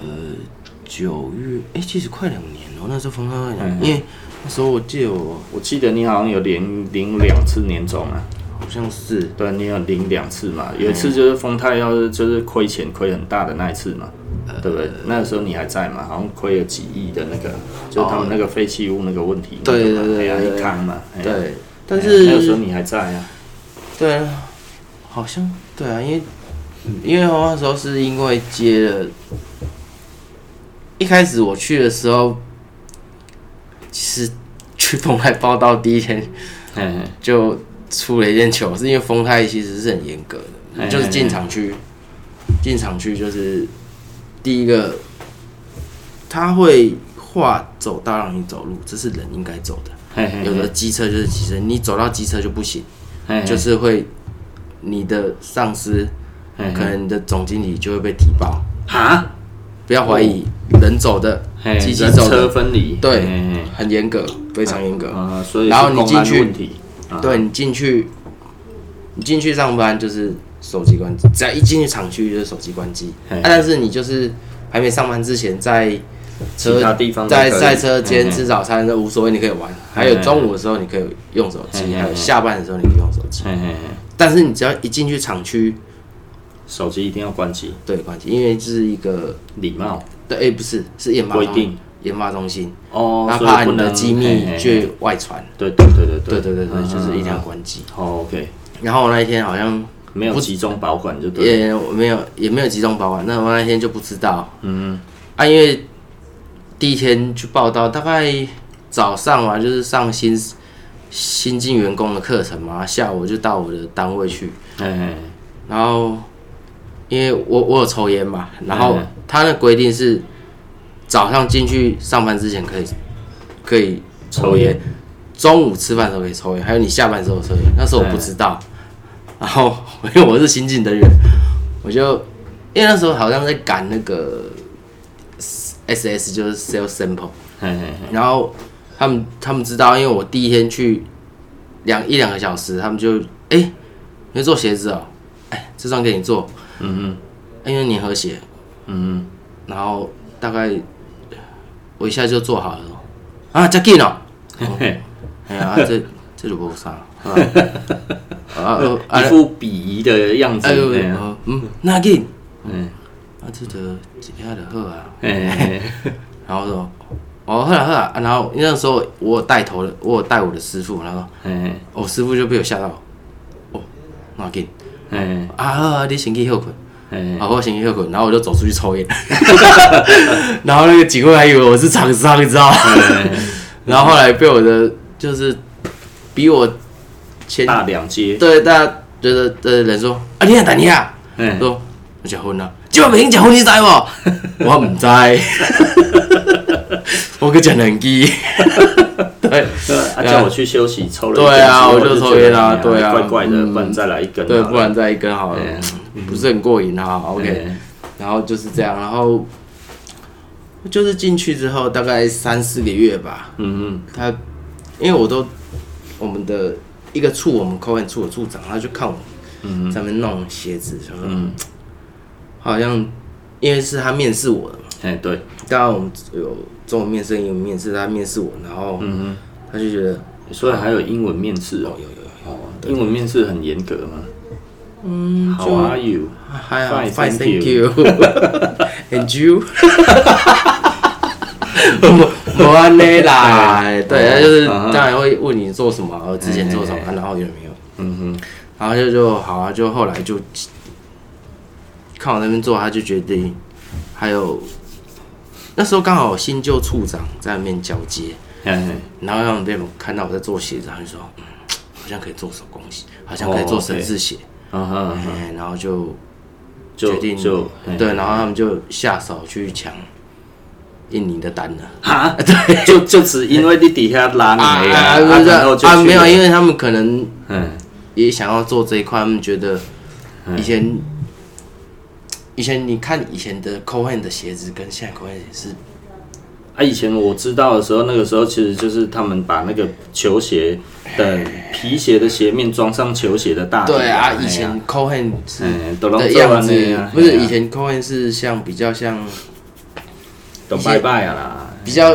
A: 呃九月，哎、其实快两年了，那时候封号两
B: 嗯
A: 年，因为那时候我记得我
B: 我记得你好像有领领两次年终啊，
A: 好像是，
B: 对，你有领两次嘛，
A: 嗯
B: 有一次就是丰泰要是就是亏钱亏很大的那一次嘛。
A: 呃
B: 对不对？那时候你还在嘛？好像亏了几亿的那个，就是他们那个废弃物那个问题，
A: 哦对
B: 那个嘛
A: 对对
B: 哎呀
A: 对
B: 一康嘛。哎呀
A: 对，但
B: 哎呀那个时候
A: 是
B: 你还在啊。
A: 对啊，好像对啊，因为因为我那时候是因为接了，一开始我去的时候，其实去蓬莱报道第一天
B: 嘿嘿
A: 就出了一件球，是因为封泰其实是很严格
B: 哎
A: 的，就是进场区，进场区就是第一个，他会划走道让你走路，这是人应该走的。
B: 嘿嘿嘿
A: 有的机车就是机车，你走到机车就不行，
B: 嘿嘿
A: 就是会你的上司
B: 嘿嘿
A: 可能你的总经理就会被提报。
B: 哈，
A: 不要怀疑，
B: 哦
A: 人走的
B: 嘿，
A: 机器
B: 人
A: 走
B: 车
A: 的，
B: 分离，
A: 对
B: 嘿嘿
A: 很严格，非常严格。
B: 啊，所以
A: 然后
B: 是
A: 你
B: 公
A: 进
B: 安
A: 去
B: 问题，啊
A: 对你进去，你进去上班就是手机关机，只要一进去厂区就是手机关机。
B: 嘿
A: 啊，但是你就是还没上班之前，在
B: 其他
A: 车
B: 地方都
A: 在
B: 可以
A: 在车间
B: 嘿嘿
A: 吃早餐都无所谓，你可以玩。还有中午的时候你可以用手
B: 嘿
A: 机，
B: 嘿
A: 还有
B: 嘿
A: 下班的时候你可以用手机。
B: 嘿嘿嘿，
A: 但是你只要一进去厂区，
B: 手机一定要关机，
A: 对关机，因为这是一个
B: 礼貌
A: 对，哎不是是研发
B: 规
A: 中
B: 定
A: 研发中心，
B: 哦，
A: 他
B: 所以
A: 怕
B: 不
A: 你的
B: 能
A: 机
B: 嘿
A: 密
B: 嘿
A: 去外传。
B: 对对对对
A: 对对对对，
B: 嗯
A: 就是一定要
B: 嗯
A: 关机。
B: 嗯好 OK，
A: 然后我那一天好像
B: 没有集中保管就对了，
A: 也我没有也没有集中保管，那我那天就不知道
B: 嗯，
A: 啊，因为第一天去报道，大概早上嘛，就是上新新进员工的课程嘛，啊下午就到我的单位去，
B: 嘿嘿，
A: 然后因为我我有抽烟嘛，然后
B: 嗯
A: 他的规定是早上进去上班之前可以可以抽
B: 抽
A: 烟
B: 烟，，
A: 中午吃饭的时候可以抽烟，还有你下班的时候抽烟。那时候我不知道，
B: 嗯
A: 然后因为我是新进人员，我就因为那时候好像在赶那个 S S 就是 sell sample，
B: 嘿嘿嘿，
A: 然后他们他们知道，因为我第一天去两一两个小时，他们就哎、你会做鞋子哦，哎、这双给你做，
B: 嗯嗯
A: 因为你和谐，
B: 嗯
A: 然后大概我一下就做好了哦，啊，加劲哦。
B: 嗯，嘿嘿。
A: 哎呀，啊这这就无啥，啊啊呃啊
B: 一副鄙夷的样子。
A: 哎呦，
B: 嘿啊
A: 呃嗯，那紧，
B: 嗯，
A: 啊这就一下就好啊。
B: 嘿嘿嘿
A: 然后说，哦好了好了，啊然后那时候我有带头的，我有带我的师傅，然后说，
B: 嘿
A: 哦师傅就被我吓到，哦那紧，
B: 嘿
A: 啊好啊，你先去休困，
B: 嘿，
A: 啊我先去休困，然后我就走出去抽烟， 然后那个警卫还以为我是厂商，你知道吗？
B: 嗯
A: 然后后来被我的就是比我前
B: 大两阶，
A: 对大家觉得的人说啊，你也等你啊，
B: 嘿
A: 说我结婚了，今晚明结婚你知无？ 我唔知，我个讲人 机，对
B: 对啊，叫我去休息，抽了一根
A: 对啊
B: 之后
A: 我就
B: 就
A: 抽
B: 觉得
A: 烟啊
B: 哎呀
A: 对啊
B: 怪怪的，
A: 嗯
B: 不然再来一根好
A: 对，
B: 了，
A: 不然再一根好了嗯
B: 哎呀，
A: 不是很过瘾啊。OK，
B: 哎
A: 然后就是这样，然后就是进去之后大概三四个月吧，
B: 嗯
A: 他因为我都我们的一个处，我们口很处的处长，他就看我
B: 嗯
A: 在那边弄鞋子，想说、好像因为是他面试我的嘛，
B: 嗯，哎对，
A: 刚刚我们有中文面试、英文面试，他面试我，然后
B: 嗯
A: 他就觉得
B: 哼，所以还有英文面试
A: 有
B: 哦，
A: 有有
B: 哦，英文面试很严格吗？嗯，How are you？
A: 还好
B: uh, Fine,
A: fine
B: thank
A: thank you，and you，我 我 安内啦，对，他就是
B: 哎嗯嗯
A: 当然会问你做什么，之前做什么，
B: 哎哎
A: 啊然后有没有。
B: 嗯哼，
A: 然后就就好啊，就后来就看我那边做，他就决定，还有那时候刚好新旧处长在那边交接，
B: 嘿嘿，
A: 然后他们被我看到我在做鞋子，他就说、嗯好像可以做手工鞋，好像可以
B: 哦
A: 做绳字鞋，
B: 啊哈，
A: 哎、然后就
B: 就
A: 决定
B: 就嘿
A: 对，然后他们就下手去抢印尼的单了
B: 哈，对，就就只因为你底下拉你
A: 啊
B: 而已
A: 不是
B: 然后就
A: 啊，
B: 去
A: 没有，
B: 了
A: 因为他们可能
B: 嗯。
A: 也想要做这一块，他们觉得以前、以前你看以前的 Cohen 的鞋子跟现在 Cohen 是
B: 啊，以前我知道的时候，那个时候其实就是他们把那个球鞋的皮鞋的鞋面装上球鞋的大底
A: 对啊，
B: 哎呀
A: 以前 Cohen 是
B: 嗯，都让
A: 的
B: 做啊
A: 样
B: 完
A: 子
B: 了，
A: 不是以前 Cohen 是像比较像
B: 懂拜拜啊啦，
A: 比较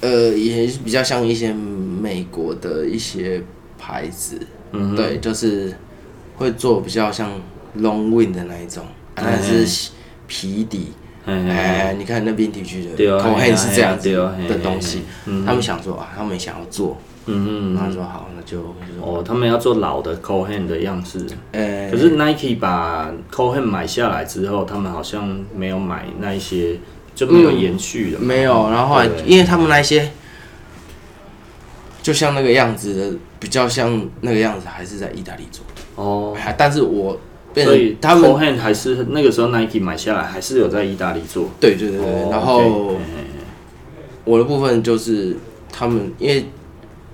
A: 呃，以前是比较像一些美国的一些牌子，
B: 嗯
A: 对，就是会做比较像 long win 的那一种，啊但是皮底。
B: 嗯，哎，
A: 哎，你看那边地区
B: 对
A: 的
B: 啊
A: 口
B: 嘿
A: 黑
B: 啊
A: 是这样子
B: 嘿啊对啊
A: 的
B: 嘿
A: 东西，他们想说啊，他们想要做，
B: 嗯嗯，
A: 他说好，那就就说
B: 哦，他们要做老的 Cohen 的样式，
A: 呃
B: 可是 Nike 把 Cohen 买下来之后，他们好像没有买那一些，就没有
A: 嗯
B: 延续了嘛，
A: 没有，然后后来
B: 嗯对
A: 因为他们那些就像那个样子的，比较像那个样子，还是在意大利做的，
B: 哦。
A: 哎但是我变
B: 所以
A: 成他们
B: Cohen 还是哦那个时候 Nike 买下来，还是有在意大利做。
A: 对对对对，
B: 哦
A: 然后
B: OK，
A: 我的部分就是他们，因为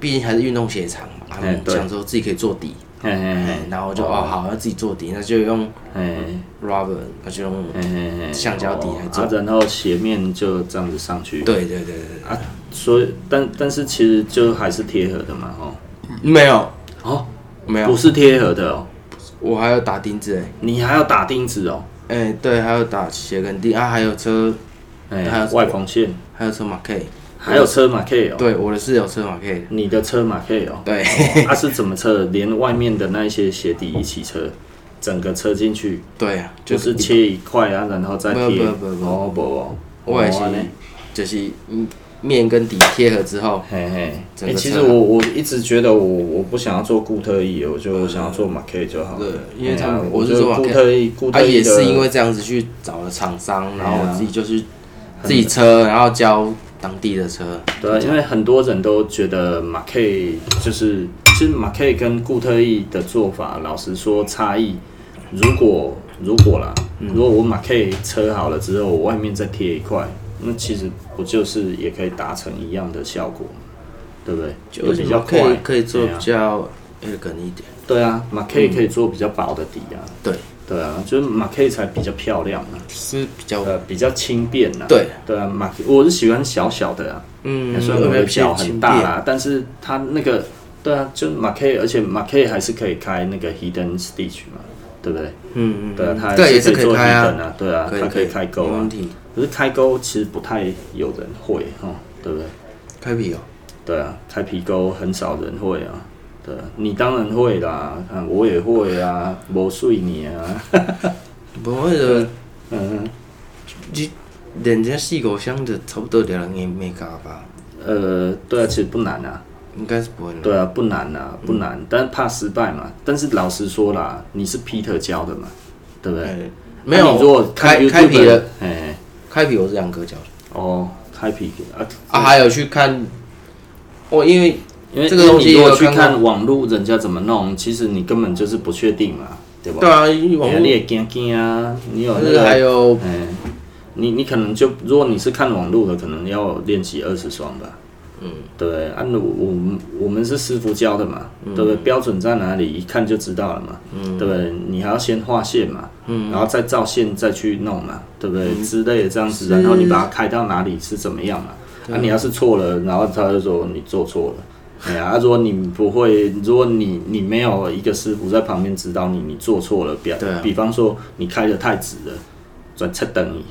A: 毕竟还是运动鞋厂嘛，他
B: 哎
A: 们
B: 对
A: 想说自己可以做底，
B: 嘿嘿
A: 哎
B: 嘿，
A: 然后我就
B: 哦
A: 哦好，那自己做底，那就用
B: 嘿
A: rubber，那就用，
B: 嘿嘿嘿，
A: 橡胶底来做
B: 哦啊然后斜面就这样子上去。
A: 对对对对
B: 啊，所以但但是其实就还是贴合的嘛，哦
A: 对，没有
B: 哦，
A: 没
B: 不
A: 有，
B: 是贴合的哦，
A: 我还要打钉子哎，
B: 你还要打钉子哦，
A: 哎对，还要打鞋跟钉啊，还有车，
B: 哎
A: 还有，
B: 外缝线，
A: 还有车马 K，
B: 还有车马 K 哦，
A: 对，我的是有车马 K 的，
B: 你的车马 K 哦，
A: 对，
B: 它是怎么测的？连外面的那一些鞋底一起测，整个车进去，
A: 对啊，
B: 就
A: 就是是
B: 切一块啊，然后再
A: 不
B: 贴。
A: 不不不
B: 哦不哦，
A: 我也
B: 哦
A: 是
B: 安尼，
A: 就是嗯面跟底贴合之后，
B: 嘿嘿。
A: 整
B: 哎、
A: 个啊
B: 其
A: 车
B: 实我我一直觉得我我不想要做固特异，我就想要做马 K 就好了。
A: 对因为他
B: 哎呀
A: 们
B: 我
A: 我是
B: 觉得
A: 做马
B: 固
A: K
B: 特异，固
A: 啊
B: 特异
A: 也
B: 的哎
A: 是因为这样子去找了厂商，然后我自己就是
B: 很
A: 自己车，然后教当地的车，
B: 对啊，因为很多人都觉得马 K 就是，其实马 K 跟固特异的做法，老实说差异，如果如果啦，
A: 嗯
B: 如果我马 K 车好了之后，我外面再贴一块，那其实不就是也可以达成一样的效果吗，对不对？也比较
A: 可
B: 快
A: 以，可以做
B: 对
A: 比
B: 啊
A: 较 elegant 一点，
B: 对啊，马 K 可以做比较薄的底啊，
A: 嗯对，
B: 对啊，就是马 K 才比较漂亮啊，
A: 是比较
B: 呃，比较轻便啊，
A: 对，
B: 对啊，马 K 我是喜欢小小的啊。
A: 嗯，
B: 虽然我的脚很大啊
A: 啦，
B: 啦，但是它那个对啊，就是马 K，而且马 K 还是可以开那个 hidden stitch 嘛，对不对？
A: 嗯嗯，
B: 对啊，它
A: 对也是
B: 可
A: 可
B: 以
A: 以
B: 做
A: 开
B: hidden
A: 啊，
B: 啊，对啊，它可以开钩
A: 没问
B: 啊。
A: 题，
B: 可是开钩其实不太有人会哦，对不对？
A: 开皮哦，
B: 对啊，开皮钩很少人会啊。对啊，你当然会啦，啊，我也会啊， 磨碎你啊，
A: 不过的
B: 嗯，
A: 人家细狗箱的差不多两两年没搞吧，
B: 呃，对啊，其实不难啊。
A: 应该是不会拿，
B: 对啊，不难啊，不难，
A: 嗯
B: 但怕失败嘛。但是老实说啦，你是 Peter 教的嘛，对不对？
A: 哎没
B: 啊
A: 有
B: 你如果看
A: 开开
B: YouTube
A: 皮的，，
B: 哎、
A: 开皮我是两个脚。
B: 哦，开皮啊
A: 啊，还有去看，我因为
B: 因为
A: 这个东西
B: 因为你如果
A: 有
B: 去
A: 看过
B: 看网络人家怎么弄，其实你根本就是不确定嘛，对吧？
A: 对啊，因为网
B: 哎呀你
A: 络
B: 也惊惊啊，你有
A: 就
B: 那
A: 是
B: 个，
A: 还
B: 哎、
A: 有
B: 你你可能就如果你是看网络的，可能要练习二十双吧。嗯，对不对，啊，我我们我们是师傅教的嘛，
A: 嗯
B: 对不对？标准在哪里，一看就知道了嘛，对不对？你还要先画线嘛，
A: 嗯
B: 然后再照线再去弄嘛，对不对？之类的这样子，然后你把它开到哪里是怎么样嘛？啊，你要是错了，然后他就说你做错了。哎呀，啊如果你不会，如果你你没有一个师傅在旁边指导你，你做错了，比、
A: 对啊
B: 比方说你开的太直了，转侧等你，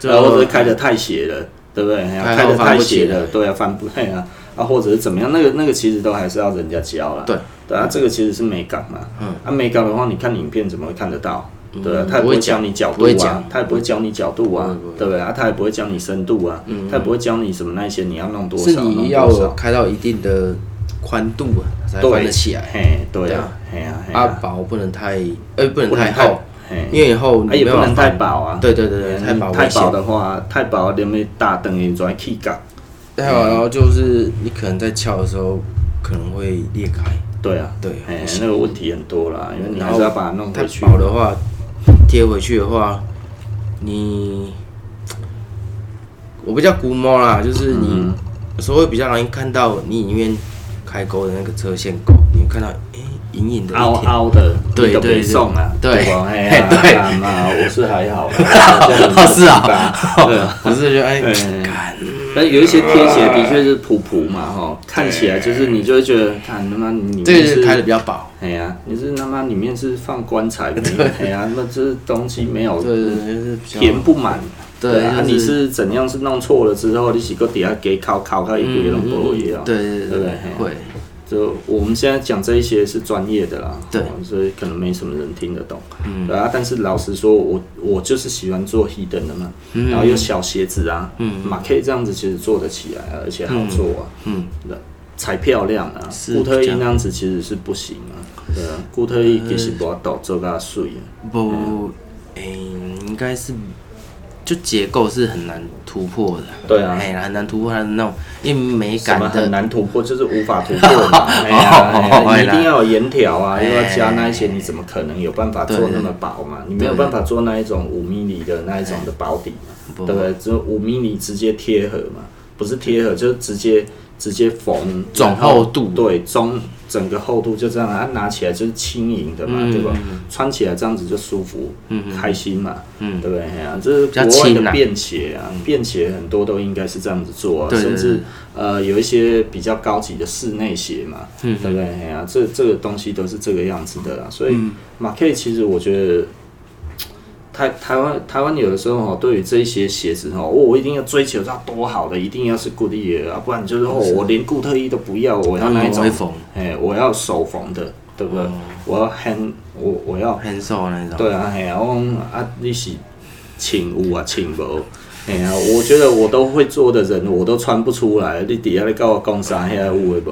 A: 这
B: 然后啊或者开的太斜了，对不对？哎呀
A: 开到
B: 开的太斜
A: 翻不起
B: 了，
A: 来
B: 对啊，翻不对啊，啊或者是怎么样，那个那个其实都还是要人家教啦。
A: 对，
B: 对啊，这个其实是美感嘛。嗯，啊美感的话，你看影片怎么会看得到？对啊，他也
A: 嗯不
B: 不会
A: 会
B: 教
A: 讲
B: 你角
A: 不
B: 度
A: 会
B: 啊
A: 讲，
B: 他也不会教你角度啊
A: 不会不，会嗯
B: 对不对？啊，他也不会教你深度啊，他也不会教你什么那些你要弄多
A: 是
B: 少，
A: 你
B: 弄
A: 要
B: 多
A: 有
B: 少。
A: 开到一定的宽度啊，才
B: 对
A: 翻得起来。
B: 嘿，对
A: 对
B: 啊
A: 啊，
B: 嘿啊，嘿
A: 啊，
B: 啊，
A: 薄不能太，呃，不能
B: 不能
A: 太
B: 太
A: 厚，
B: 嘿，
A: 因为以后
B: 啊
A: 你
B: 也
A: 没
B: 不
A: 办
B: 能
A: 法
B: 太
A: 翻。
B: 薄啊。
A: 对对对对，
B: 嗯
A: 太薄
B: 太
A: 危
B: 薄
A: 险。
B: 的话，太薄连袂大等于转气角。
A: 太
B: 哎
A: 薄，啊然后就是你可能在撬的时候可能会裂开。
B: 对啊，
A: 对
B: 哎
A: 不，行
B: 那个问题很多啦，因为你还是要把它弄
A: 太
B: 回去。
A: 薄的话，贴回去的话，你我不叫估摸啦，就是你。
B: 嗯，
A: 有时候会比较容易看到你里面开钩的那个车线钩，你会看到诶隐隐的
B: 凹
A: 一条，
B: 凹的，
A: 对
B: 你都
A: 对
B: 没
A: 对
B: 送啊，
A: 对
B: 吧？哎
A: 嘿
B: 呀，
A: 对
B: 啊嘛，我是还 好啦， 我
A: 是啊
B: 就很对啊。
A: 不是就哎
B: 对，
A: 干
B: 但有一些贴鞋的确是普普嘛，哈，看起来就是你就会觉得，看他妈你
A: 这个就是开的比较薄，
B: 哎呀，你是他妈里面是放棺材没有？哎呀，那这东西没有
A: 对对对，就是比较
B: 填不满。
A: 对就是
B: 啊，
A: 嗯
B: 你是怎样是弄错了之后，你是搁底下给烤烤到一堆拢不会啊
A: 嗯，？对对
B: 对
A: 对
B: 不对
A: 对，会
B: 就我们现在讲这一些是专业的啦，
A: 对
B: 哦所以可能没什么人听得懂，嗯，对啊。但是老实说，我我就是喜欢做 hidden 的嘛，
A: 嗯
B: 然后有小鞋子啊，嗯，马 K 这样子其实做得起来啊，而且好做啊，
A: 嗯，
B: 对才漂亮啊。
A: 是
B: 固特异
A: 这样哎
B: 那样子其实是不行啊，对啊，固特异其实不要抖做个水啊，
A: 不诶应该是就结构是很难突破的，
B: 对啊
A: 哎很难突破它的那种因为美
B: 什
A: 感
B: 么很
A: 的，哦
B: 难突破，就是无法突破 嘛，哎呀，哎呀你一定要有沿条
A: 哎
B: 啊，又要加那一些，你怎么可能有办法做那么薄嘛？你没有办法做那一种五米米的那一种的薄底嘛，对不对？只有五米米直接贴合嘛，不是贴合，就是直接直接缝
A: 总
B: 然后
A: 厚度
B: 对，中整个厚度就这样，它拿起来就是轻盈的嘛，
A: 嗯
B: 对吧
A: 嗯？
B: 穿起来这样子就舒服，开心嘛，
A: 嗯
B: 对不对？哎呀、这是
A: 比较
B: 国外
A: 轻
B: 的
A: 啊
B: 便携啊，便携很多都应该是这样子做啊，
A: 对对
B: 甚
A: 对
B: 至呃有一些比较高级的室内鞋嘛，
A: 嗯
B: 对不对？哎呀、这这个东西都是这个样子的啦，所以
A: 嗯
B: 马 K 其实我觉得。台台湾台湾有的时候哦，对于这些鞋子哦，我我一定要追求它多好的，一定要是 Goodyear 啊，不然就是哦，我连固特异都不要，我要那一
A: 很
B: 种
A: 会，缝，
B: 哎，我要手缝的，对不
A: 哦
B: 对？我要 hand，我我要
A: 很瘦那种。
B: 对啊，嘿啊，我讲啊，你是请有啊，请无。嘿啊，我觉得我都会做的人，我都穿不出来。你底下咧跟我讲啥，遐有诶无诶，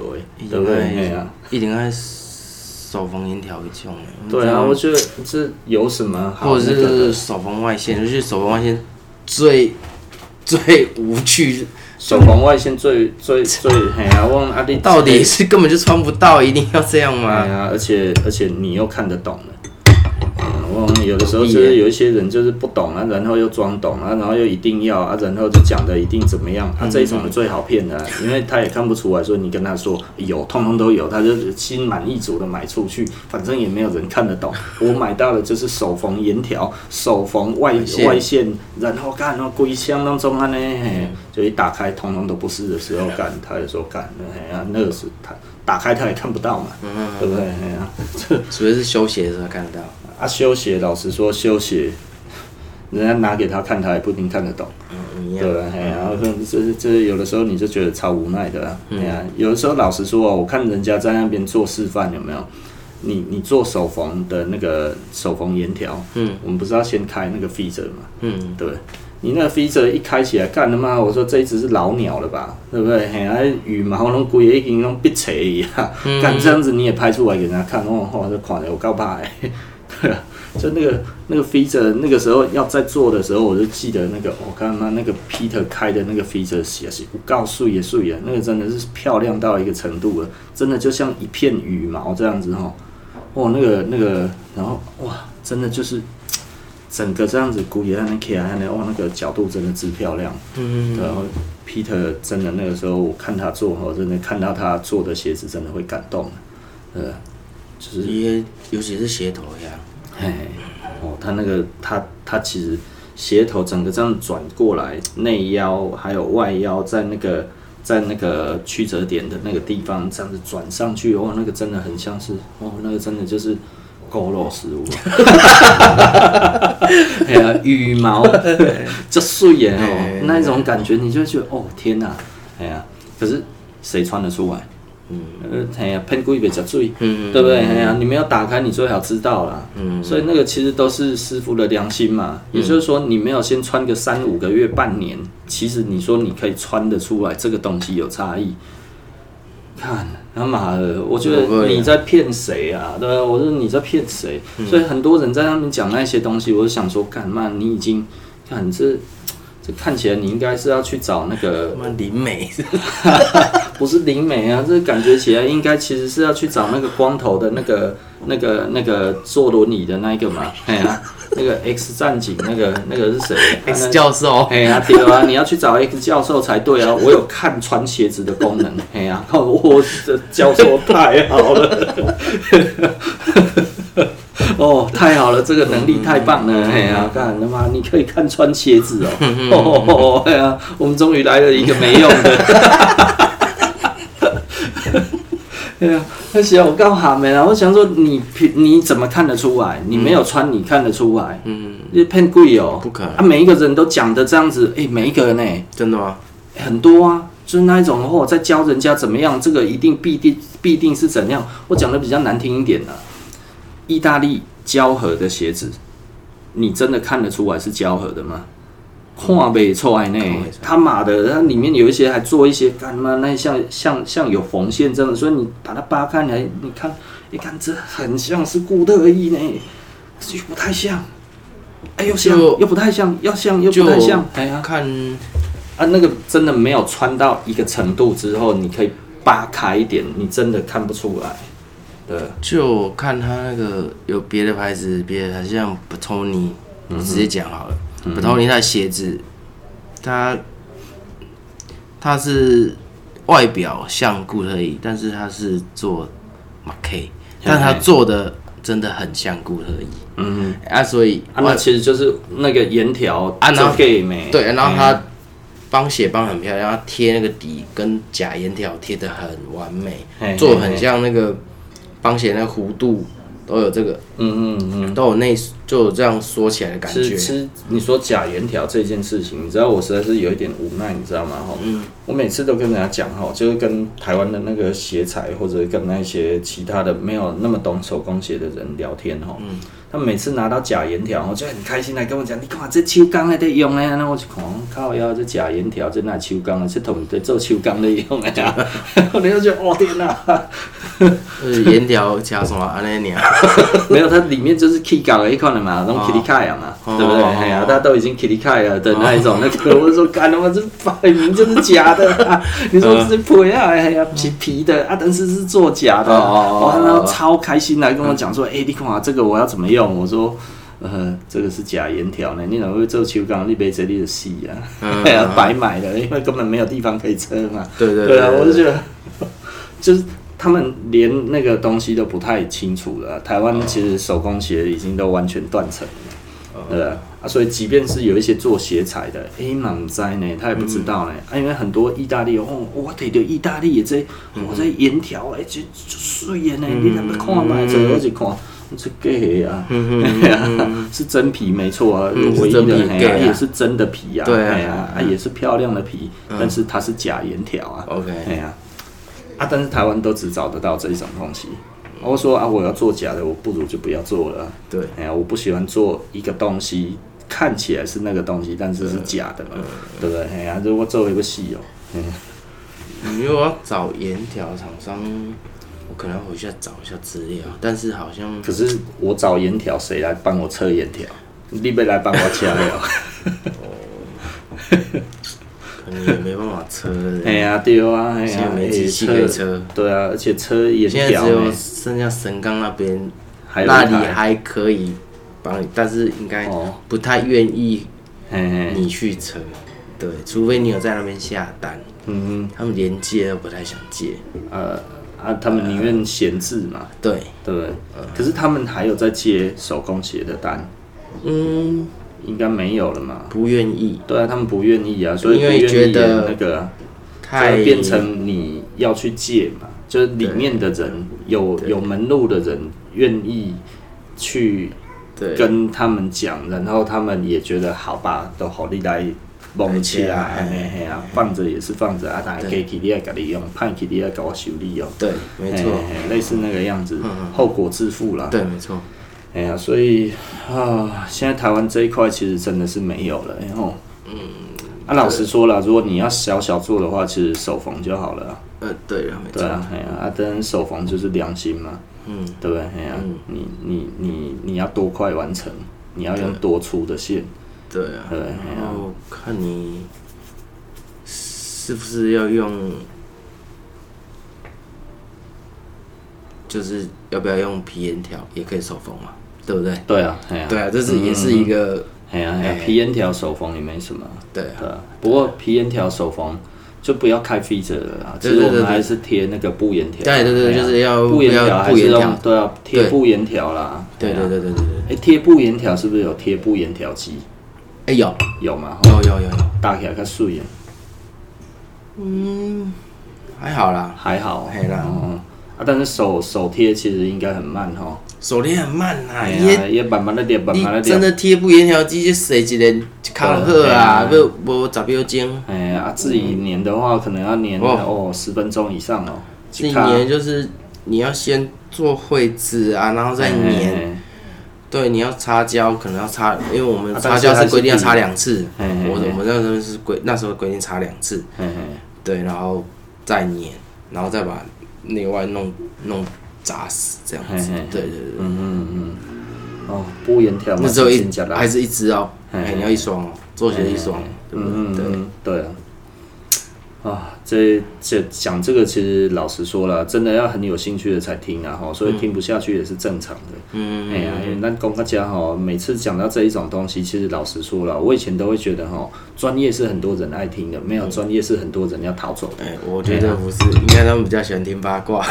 B: 对不
A: 哎
B: 对？嘿啊，
A: 一定爱手缝银条一种的。
B: 对啊，我觉得这有什么
A: 嗯
B: 好
A: 或
B: 那
A: 者
B: 个
A: 是
B: 的？
A: 手缝外线，就是手缝外线最 最无趣，
B: 手缝外线最最最嘿啊，我讲啊，你
A: 到底是根本就穿不到，一定要这样
B: 对
A: 吗？
B: 啊，而且而且你又看得懂了。嗯我们有的时候就是有一些人就是不懂啊，然后又装懂啊，然后又一定要啊，然后就讲的一定怎么样啊，这一种的最好骗的啊、因为他也看不出来，所以你跟他说有，通通都有，他就心满意足的买出去，反正也没有人看得懂。我买到的就是手缝沿条、手缝外
A: 线
B: 外线，然后干那龟箱当中啊呢，
A: 嗯
B: 嘿就一打开通通都不是的时候干，他就说干，哎呀，那个是他打开他也看不到嘛，
A: 嗯
B: 对不对？哎呀，这
A: 除非是休息的时候看得到。
B: 啊，休息，老实说，休息，人家拿给他看，他也不一定看得懂，
A: 嗯，一
B: 对
A: 样。
B: 吧？哎呀，这这有的时候你就觉得超无奈的啊。
A: 嗯
B: 哎呀，有的时候老实说哦，我看人家在那边做示范，有没有？你你做手缝的那个手缝沿条，
A: 嗯，
B: 我们不是要先开那个 feature 吗？
A: 嗯，
B: 对，你那个 feature 一开起来，干他妈！我说这一只是老鸟了吧，对不对？嘿，啊，羽毛拢规个已经拢逼扯一样， 干、这样子你也拍出来给人家看，哦，哇，这款的我告怕哎， 对啊，就那个那个 feature 那个时候要在做的时候，我就记得那个，我、看他妈那个 Peter 开的那个 feature 写是我告诉也素颜，那个真的是漂亮到一个程度了，真的就像一片羽毛这样子哦，哦，那个那个，然后哇，真的就是。整个这样子鼓起来，那起来，那哇，那个角度真的之漂亮。嗯，然后 Peter 真的那个时候，我看他做，我真的看到他做的鞋子，真的会感动。呃，就是
A: 也尤其是鞋头呀，
B: 嘿，哦，他那个他他其实鞋头整个这样转过来，内腰还有外腰在那个在那个曲折点的那个地方这样子转上去，哦，那个真的很像是，哦，那个真的就是。狗肉食物， 哎呀，羽毛 就素颜哦
A: 嘿，
B: 那一种感觉，你就会觉得哦，天哪、哎呀，可是谁穿得出来？嗯，哎呀，喷过一杯酒醉，
A: 嗯
B: 对不对？哎呀，你们要打开，你最好知道啦。嗯，所以那个其实都是师傅的良心嘛。也就是说，你没有先穿个三五个月、半年，其实你说你可以穿得出来，这个东西有差异。看他妈的，我觉
A: 不
B: 得
A: 会啊
B: 你在骗谁啊？对吧，我说你在骗谁？所以很多人在他们讲那些东西，我就想说，干嘛你已经看这这看起来你应该是要去找那个
A: 他妈灵美，
B: 不是灵媒啊，这感觉起来应该其实是要去找那个光头的那个、那个、那个坐轮椅的那一个嘛，哎呀、那个 X 战警那个那个是谁啊
A: X 教 授，
B: 哎呀，对啊，你要去找 X 教授才对啊！我有看穿鞋子的功能，哎呀、靠 我这教授太好了， 哦，太好了，这个能力太棒了，哎呀、看他妈你可以看穿鞋子哦，哦哦哦，哎呀、我们终于来了一个没用的。对啊，而且我告哈没了，我想说你凭你怎么看得出来？你没有穿，你看得出来？嗯，你骗贵哦，
A: 不可能
B: 啊，每一个人都讲的这样子，哎、每一个人呢、
A: 真的吗？
B: 很多啊，就是那一种哦，在教人家怎么样，这个一定必定必定是怎样。我讲的比较难听一点啊，意大利胶合的鞋子，你真的看得出来是胶合的吗？看不出来呢
A: 看不出来，
B: 他妈的，它里面有一些还做一些干嘛？那像像像有缝线这样的，所以你把它扒开来，你看，你看这很像是固特异呢，可是又不太像，哎、又像
A: 就
B: 又不太像，要像又
A: 就
B: 不太像，哎呀，
A: 看
B: 啊，那个真的没有穿到一个程度之后，你可以扒开一点，你真的看不出来。对，
A: 就看他那个有别的牌子，别的牌子像 Batoni，直接讲好了，Batoni 它的鞋子，它他是外表像顾特义，但是他是做马 K，但他做的真的很像顾特义。嗯啊，所以
B: 啊，那其实就是那个盐条
A: 啊然后
B: 做 gay 没？
A: 对，然后
B: 嗯
A: 他帮写帮很漂亮，他贴那个底跟假盐条贴的很完美，
B: 嘿
A: 做得很像那个帮写那个弧度都有这个，
B: 嗯嗯嗯，
A: 都有那就有这样缩起来的感
B: 吃
A: 觉。
B: 吃，你说假盐条这件事情，你知道我实在是有一点无奈，你知道吗？哈，
A: 嗯
B: 我每次都跟人家讲哈，就是跟台湾的那个鞋材或者跟那些其他的没有那么懂手工鞋的人聊天哈，
A: 嗯
B: 他们每次拿到假盐条，我就很开心来跟我讲，你看这手工还在用呢，那我就讲靠腰这假盐条在那手工的，这桶在做手工的用的呀， 我就觉得哦天哪、
A: 就是盐条加什么安那 尼啊？
B: 没有，它里面就是啊 K 搞了一款的嘛，那种 Kitty 卡呀嘛，
A: 哦
B: 对不对？
A: 哦
B: 哎呀，大家都已经 Kitty 卡了的那一种，那个我就说，干他妈这摆明就是假的 啊！你说这是皮啊，哎呀，皮皮的啊，但是是做假的，
A: 哦哦
B: 哇
A: 哦，
B: 他
A: 哦
B: 超开心来跟我讲说，哎，你看啊，这个我要怎么用？我说。呃，这个是假盐条呢，你怎么会做秋港？你别这里的戏啊，
A: 嗯
B: 哎呀，白买的，因为根本没有地方可以车嘛。
A: 对对
B: 对啊，我就觉得， 就是他们连那个东西都不太清楚了。啊台湾其实手工鞋已经都完全断层了，对啊啊，所以即便是有一些做鞋材的，哎、满栽呢，他也不知道呢、
A: 嗯
B: 啊，因为很多意大利哦，我得到意大利的这，
A: 嗯
B: 我这盐条哎，这这水的呢，你怎么看
A: 嗯
B: 嘛？这我就看。这 gay 啊，嘿啊 是真皮没错啊，
A: 嗯嗯是
B: 唯一
A: 真皮
B: 的嘿
A: gay 啊
B: 也是真的皮啊，
A: 对啊
B: 嘿啊，啊也是漂亮的皮，但是它是假盐条啊，
A: 嗯 OK
B: 哎呀、啊，但是台湾都只找得到这一种东西。
A: 嗯
B: 我说啊，我要做假的，我不如就不要做了啊。
A: 对，
B: 哎呀，我不喜欢做一个东西，看起来是那个东西，但是是假的嘛，
A: 嗯
B: 对不对？哎呀，如果做一个戏哦，
A: 你如果要找盐条厂商，我可能要回去再找一下资料，但是好 像
B: 可是我找盐条，谁来帮我测盐条？你别来帮我掐 了。
A: 可能也没办法车了。
B: 哎呀，对啊，哎
A: 现
B: 呀
A: 在，没
B: 哎
A: 机器可以测
B: 对啊，而且车盐
A: 现在
B: 条
A: 只有
B: 呢，
A: 剩下神冈那边，
B: 还有
A: 那
B: 一
A: 里
B: 台
A: 还可以帮你，但是应该
B: 哦哎
A: 不太愿意
B: 嘿嘿，
A: 你去车。对，除非你有在那边下单，
B: 嗯
A: 他们连接都不太想接。
B: 哼，呃啊，他们宁愿闲置嘛，
A: 对，
B: 对不对？可是他们还有在接手工鞋的单，
A: 嗯，
B: 应该没有了嘛？
A: 不愿意，
B: 对啊，他们不愿意啊，所以
A: 因为
B: 不愿意
A: 觉得
B: 那个啊
A: 太
B: 就变成你要去借嘛，就是里面的人有有门路的人愿意去
A: 对
B: 跟他们讲，然后他们也觉得好吧，都好利来蒙起来，
A: 来
B: 嘿嘿啊，放着也是放着啊，大家给起你也给你用，判起你也给我修理用，
A: 对，没错，嗯
B: 嘿嘿类似那个样子，后果自负啦。
A: 对，没错，
B: 哎呀，所以啊，现在台湾这一块其实真的是没有了，然后，嗯，啊，老实说了，如果你要小小做的话，其实手缝就好了啊，
A: 呃，对了，没
B: 对
A: 错，
B: 啊，哎呀，啊，当然手缝就是良心嘛，
A: 嗯，
B: 对不对？哎呀，你你你你要多快完成，你要用多粗的线，
A: 对啊，
B: 对不对？哎
A: 然
B: 呀，
A: 后看你是不是要用，就是要不要用皮炎条，也可以手缝嘛，对不对？
B: 对啊，哎呀，
A: 对啊，这是也是一个
B: 哎呀，哎呀，皮烟条手缝也没什么，
A: 对啊
B: 对啊，不过皮烟条手缝。就不要开 feature 了啦，其
A: 对
B: 实我
A: 对
B: 们
A: 对
B: 还是贴那个布沿条。
A: 对对对
B: 哎呀
A: 就是要
B: 布沿
A: 不
B: 条
A: 要
B: 还
A: 布
B: 是
A: 沿条
B: 用对啊，贴
A: 对
B: 布沿条啦。
A: 对
B: 哎呀
A: 对对对对对，
B: 哎，贴布沿条是不是有贴布沿条机？
A: 哎有
B: 有吗？吼
A: 有有有有，
B: 搭起来较水啊，
A: 嗯，还好啦，
B: 还好。
A: 嘿啦
B: 哦啊，但是手手贴其实应该很慢吼。
A: 手捏很慢啊啦，
B: 哎
A: 也
B: 呀，也慢慢的点，慢慢的
A: 你真
B: 点。
A: 的贴不盐条机，就谁一个扛好啊，
B: 啊对
A: 要无十秒钟，
B: 哎呀，啊自己粘的话，可能要粘
A: 哦
B: 哦十分钟以上哦。
A: 自己
B: 卡
A: 粘就是你要先做绘制啊，然后再
B: 哎
A: 粘。。对，你要擦胶，可能要擦，因为我们
B: 啊
A: 擦胶
B: 但是它
A: 是
B: 是
A: 规定要
B: 比
A: 擦两次，
B: 嘿嘿
A: 我
B: 嘿
A: 我们那时候是规那时候规定擦两次，
B: 嘿嘿嘿
A: 对，然后再粘，然后再把内外弄弄扎实这样子
B: 嘿嘿，
A: 对对对，
B: 嗯嗯嗯。哦，布沿条嘛
A: 那只有
B: 真
A: 一
B: 假的啊
A: 还是一只哦，
B: 嘿嘿
A: 哎，你要一双哦，做鞋一双，对不
B: 嗯嗯
A: 对？对
B: 嗯，对啊，啊，这这讲这个，其实老实说了，真的要很有兴趣的才听啊，哈，所以听不下去也是正常的。
A: 嗯，
B: 哎呀，那公大家哈，每次讲到这一种东西，其实老实说了，我以前都会觉得哈，专业是很多人爱听的，没
A: 嗯
B: 有专业是很多人要逃走的。
A: 哎、我觉得不是，应该他们比较喜欢听八卦。